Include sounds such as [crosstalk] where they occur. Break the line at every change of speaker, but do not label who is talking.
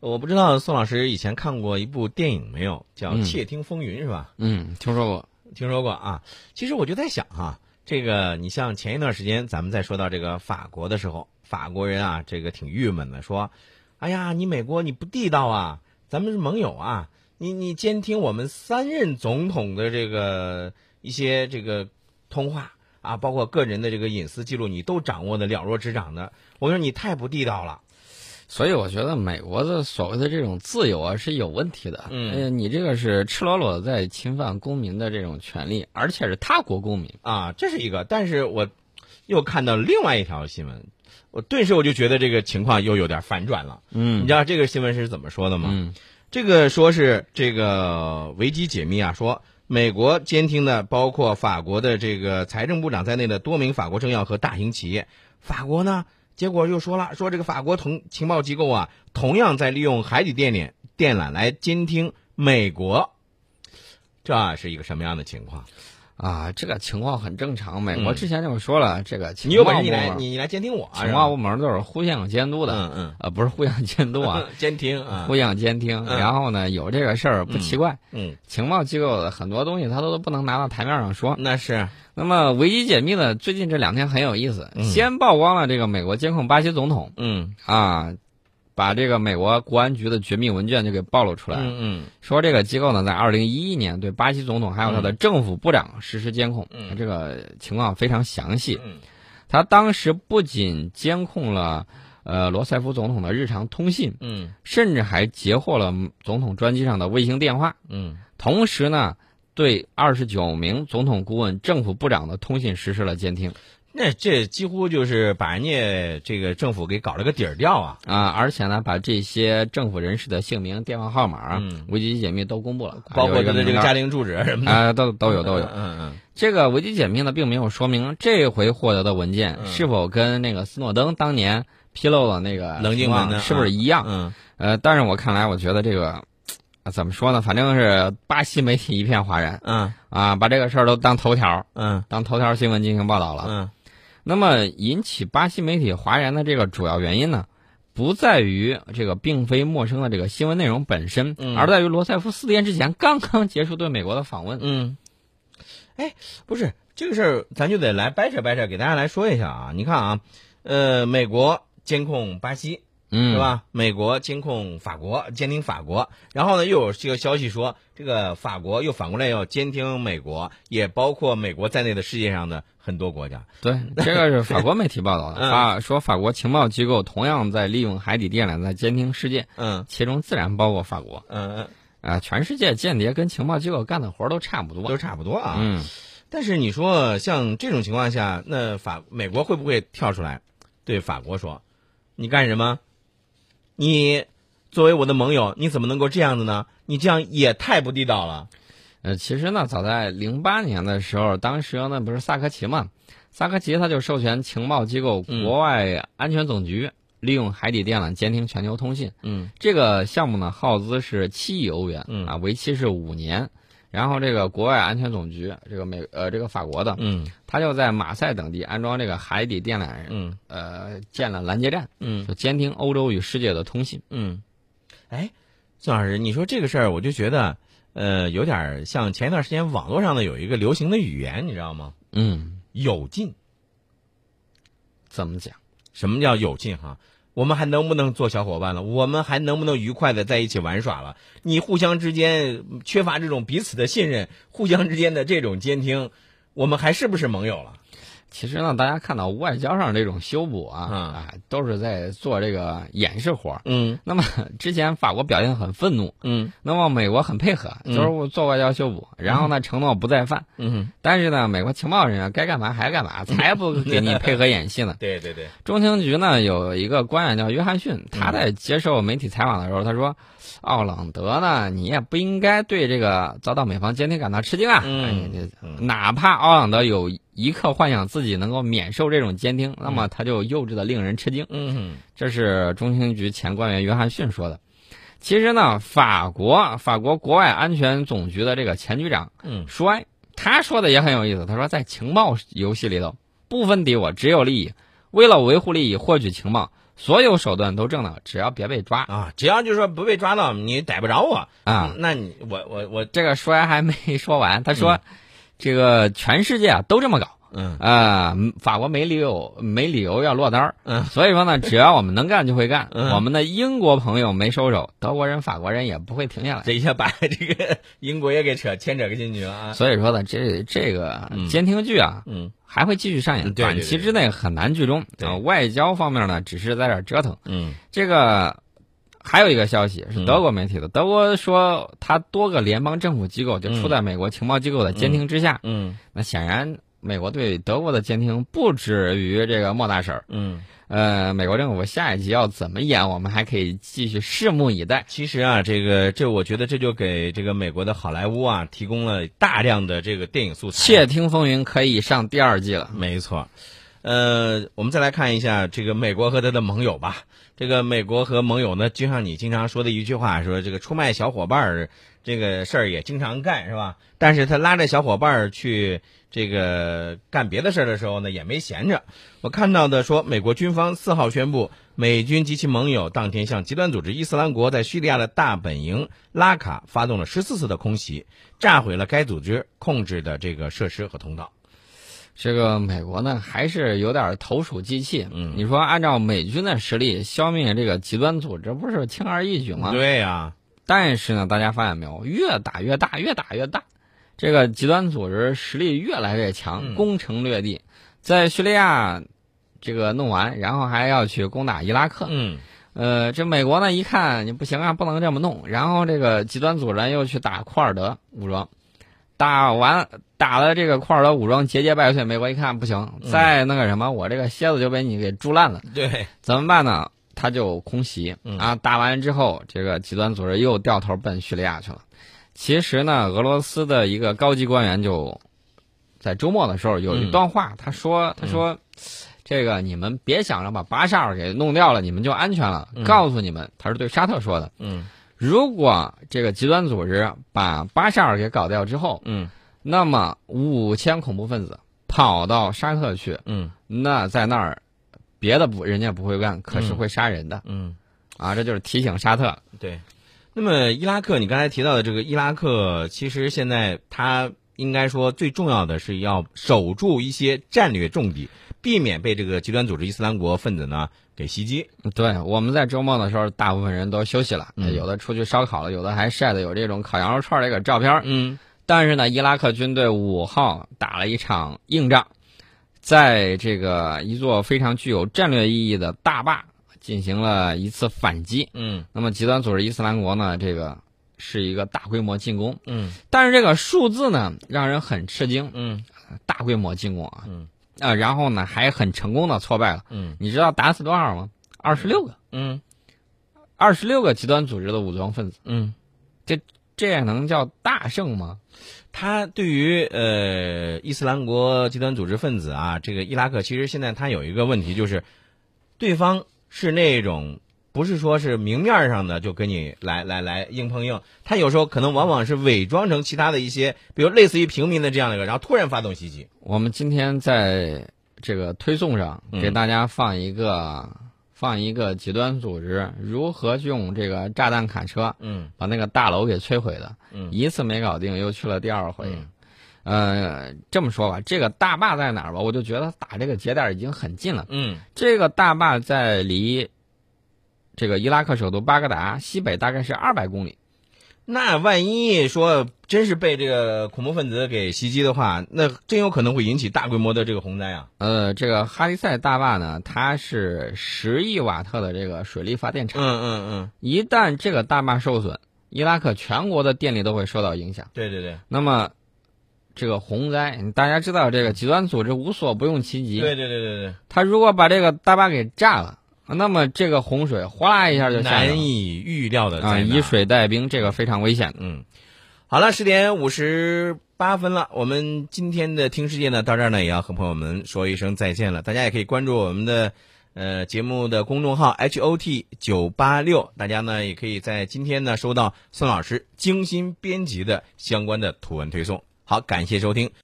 我不知道宋老师以前看过一部电影没有，叫
嗯
《窃听风云》是吧？
嗯，听说过。
听说过啊。其实我就在想哈、这个你像前一段时间咱们在说到这个法国的时候，法国人啊这个挺郁闷的，说，哎呀，你美国你不地道啊，咱们是盟友啊，你你监听我们三任总统的这个一些这个通话。啊，包括个人的这个隐私记录，你都掌握的了若指掌的。我说你太不地道了。
所以我觉得美国的所谓的这种自由啊是有问题的。
嗯
哎呀，你这个是赤裸裸的在侵犯公民的这种权利，而且是他国公民。
啊，这是一个。但是我又看到另外一条新闻，我顿时我就觉得这个情况又有点反转了。你
嗯
知道这个新闻是怎么说的吗？
嗯
这个说是这个维基解密啊，说美国监听的包括法国的这个财政部长在内的多名法国政要和大型企业。法国呢，结果又说了，说这个法国同情报机构啊，同样在利用海底电缆电缆来监听美国。这是一个什么样的情况？
啊，这个情况很正常。美国
嗯
之前就说了，这个情
你有本
报
事你
部
来，
门
你你来监听我啊！
情
是吧
报部门都是互相监督的，
嗯嗯，
呃，不是互相监督啊，
[laughs] 监听啊
[laughs] 互，相监听。
嗯
然后呢，有这个事儿不奇怪。
嗯，
情报机构的很多东西他都不能拿到台面上说。
那是
那么维基解密呢，最近这两天很有意思，
嗯
先曝光了这个美国监控巴西总统
嗯
啊，把这个美国国安局的绝密文件就给暴露出来了，
嗯
说这个机构呢在二零一一年对巴西总统还有他的政府部长实施监控，
嗯
这个情况非常详细。
嗯
他当时不仅监控了。呃，罗塞夫总统的日常通信，
嗯
甚至还截获了总统专机上的卫星电话，
嗯
同时呢，对二十九名总统顾问、政府部长的通信实施了监听
那这几乎就是把人家这个政府给搞了个底儿掉啊！
啊，而且呢，把这些政府人士的姓名、电话号码、啊
嗯
维基解密都公布了，啊
包括他
有一个
的这
名
个
单
家庭住址什么的，
啊，都都有都有。
嗯嗯
这个维基解密呢，并没有说明这回获得的文件
嗯
是否跟那个斯诺登当年披露的那个
棱镜
情况
门的
是不是一样？
嗯
呃，但是我看来，我觉得这个。啊怎么说呢？反正是巴西媒体一片哗然
嗯
啊，把这个事儿都当头条，
嗯
当头条新闻进行报道了。
嗯
那么引起巴西媒体哗然的这个主要原因呢，不在于这个并非陌生的这个新闻内容本身，
嗯
而在于罗塞夫四天之前刚刚结束对美国的访问。
嗯，哎，不是这个事儿，咱就得来掰扯掰扯，给大家来说一下啊！你看啊，呃，美国监控巴西，
嗯，
是？吧？美国监控法国，监听法国，然后呢，又有这个消息说，这个法国又反过来要监听美国，也包括美国在内的世界上的很多国家。
对，这个是法国媒体报道的
嗯
啊，说法国情报机构同样在利用海底电缆在监听世界，
嗯
其中自然包括法国。
嗯，
啊、全世界间谍跟情报机构干的活儿都差不
嗯
多。
都差不多啊。
嗯，
但是你说像这种情况下，那法美国会不会跳出来对法国说，你干什么？你作为我的盟友，你怎么能够这样子呢？你这样也太不地道了。
呃，其实呢，早在零八年的时候，当时呢不是萨科齐嘛，萨科齐他就授权情报机构
嗯
国外安全总局、利用海底电缆监听全球通信。
嗯
这个项目呢，耗资是七亿欧元，
嗯
啊，为期是五年。然后这个国外安全总局，这个美呃这个法国的，
嗯
他就在马赛等地安装这个海底电缆，
嗯
呃，建了拦截站，
嗯。
就监听欧洲与世界的通信。
嗯，哎，宋老师，你说这个事儿，我就觉得，呃，有点儿像前一段时间网络上的有一个流行的语言，你知道吗？
嗯，
有劲。
怎么讲？
什么叫有劲哈？我们还能不能做小伙伴了？我们还能不能愉快的在一起玩耍了？你互相之间缺乏这种彼此的信任，互相之间的这种监听，我们还是不是盟友了？
其实呢，大家看到外交上这种修补啊，
嗯
啊，都是在做这个掩饰活儿。
嗯
那么之前法国表现很愤怒，
嗯
那么美国很配合，
嗯
就是我做外交修补，然后呢承诺不再犯。
嗯，。
但是呢，美国情报人员该干嘛还干嘛，才不给你配合演戏呢
对对对，
中情局呢有一个官员叫约
嗯
翰逊，他在接受媒体采访的时候，他说：“奥朗德呢，你也不应该对这个遭到美方监听感到吃惊啊。
嗯
哎你
嗯
哪怕奥朗德有一刻幻想自己能够免受这种监听，那么他就幼稚的令人吃惊。
嗯
这是中情局前官员约翰逊说的。其实呢，法国法国国外安全总局的这个前局长
嗯
舒埃，他说的也很有意思。他说，在情报游戏里头，不分敌我，只有利益。为了维护利益，获取情报，所有手段都正当，只要别被抓
啊，只要就是说不被抓到，你逮不着我
啊。
那你我我我
这个说还没说完，他说，这个全世界啊都这么搞
嗯
啊、法国没理由没理由要落单儿，
嗯
所以说呢，只要我们能干就会干。
嗯
我们的英国朋友没收手，德国人、法国人也不会停下来。
这一下把这个英国也给扯牵扯个进去了啊。
所以说呢，这这个
嗯
监听剧啊，
嗯
还会继续上演，
嗯对对
短期之内很难剧终。
对
啊外交方面呢，只是在这儿折腾。
嗯
这个还有一个消息是
嗯
德国媒体的，德国说它多个联邦政府机构就处在美国情报机构的监听之下。
嗯
那显然，美国对德国的监听不止于这个莫大婶儿。
嗯，
呃，美国政府下一集要怎么演，我们还可以继续拭目以待。
其实啊，这个这我觉得这就给这个美国的好莱坞啊提供了大量的这个电影素材。啊
窃听风云可以上第二季了。
没错，呃，我们再来看一下这个美国和他的盟友吧。这个美国和盟友呢，就像你经常说的一句话，说这个出卖小伙伴儿这个事儿也经常干，是吧？但是他拉着小伙伴儿去这个干别的事儿的时候呢，也没闲着。我看到的说，美国军方四号宣布，美军及其盟友当天向极端组织伊斯兰国在叙利亚的大本营拉卡发动了十四次的空袭，炸毁了该组织控制的这个设施和通道。
这个美国呢，还是有点投鼠忌器。
嗯
你说按照美军的实力，消灭这个极端组织不是轻而易举吗？
对呀、
但是呢，大家发现没有，越打越大，越打越大，这个极端组织实力越来越
嗯
强，攻城略地，在叙利亚这个弄完，然后还要去攻打伊
[laughs]
拉克。
嗯
呃，这美国呢一看你不行啊，不能这么弄，然后这个极端组织呢又去打库尔德武装，打完打了这个库尔德武装节节败退，美国一看不行，
嗯
再那个什么，我这个蝎子就被你给蛀烂了。，
对，
怎么办呢？他就空袭
嗯
啊！打完之后，这个极端组织又掉头奔叙利亚去了。其实呢，俄罗斯的一个高级官员就在周末的时候有一段
嗯
话，他说：“他说，这个你们别想着把巴沙尔给弄掉了，你们就安全了。
嗯
告诉你们，他是对沙特说的。
嗯
如果这个极端组织把巴沙尔给搞掉之后，
嗯
那么五千恐怖分子跑到沙特去，
嗯
那在那儿，别的不人家不会干，可是会杀人的、
嗯，
啊！这就是提醒沙特，
对。那么伊拉克，你刚才提到的这个伊拉克，其实现在它应该说最重要的是要守住一些战略重地，避免被这个极端组织伊斯兰国分子呢给袭击。
对，我们在周末的时候，大部分人都休息了，
嗯
有的出去烧烤了，有的还晒的有这种烤羊肉串这个照片儿。
嗯
但是呢，伊拉克军队五号打了一场硬仗，在这个一座非常具有战略意义的大坝进行了一次反击。
嗯
那么极端组织伊斯兰国呢，这个是一个大规模进攻，
嗯
但是这个数字呢，让人很吃惊。
嗯
大规模进攻啊，
嗯，
啊，然后呢还很成功的挫败了。
嗯
你知道打死多少吗？二十六个，
嗯
二十六个极端组织的武装分子，
嗯，
这也能叫大胜吗？
他对于呃伊斯兰国极端组织分子啊，这个伊拉克其实现在他有一个问题，就是对方是那种不是说是明面上的就跟你来来来硬碰硬，他有时候可能往往是伪装成其他的一些，比如类似于平民的这样的一个，然后突然发动袭击。
我们今天在这个推送上
嗯
给大家放一个、放一个极端组织如何用这个炸弹卡车
嗯
把那个大楼给摧毁的，
嗯
一次没搞定，又去了第二回。呃，这么说吧，这个大坝在哪儿吧？我就觉得打这个节点已经很近了。
嗯
这个大坝在离这个伊拉克首都巴格达西北大概是二百公里。
那万一说真是被这个恐怖分子给袭击的话，那真有可能会引起大规模的这个洪灾啊！
呃，这个哈利塞大坝呢，它是十亿瓦特的这个水力发电厂。
嗯嗯嗯，
一旦这个大坝受损，伊拉克全国的电力都会受到影响。
对对对，
那么，这个洪灾，大家知道，这个极端组织无所不用其极。
对对对对对。
他如果把这个大坝给炸了，那么这个洪水哗啦一下就下来了
难以预料的
啊，
灾难
以水带兵，这个非常危险的。
嗯，好了，十点五十八分了，我们今天的听世界呢，到这儿呢也要和朋友们说一声再见了。大家也可以关注我们的呃节目的公众号 H O T 九八六，大家呢也可以在今天呢收到宋老师精心编辑的相关的图文推送。好，感谢收听。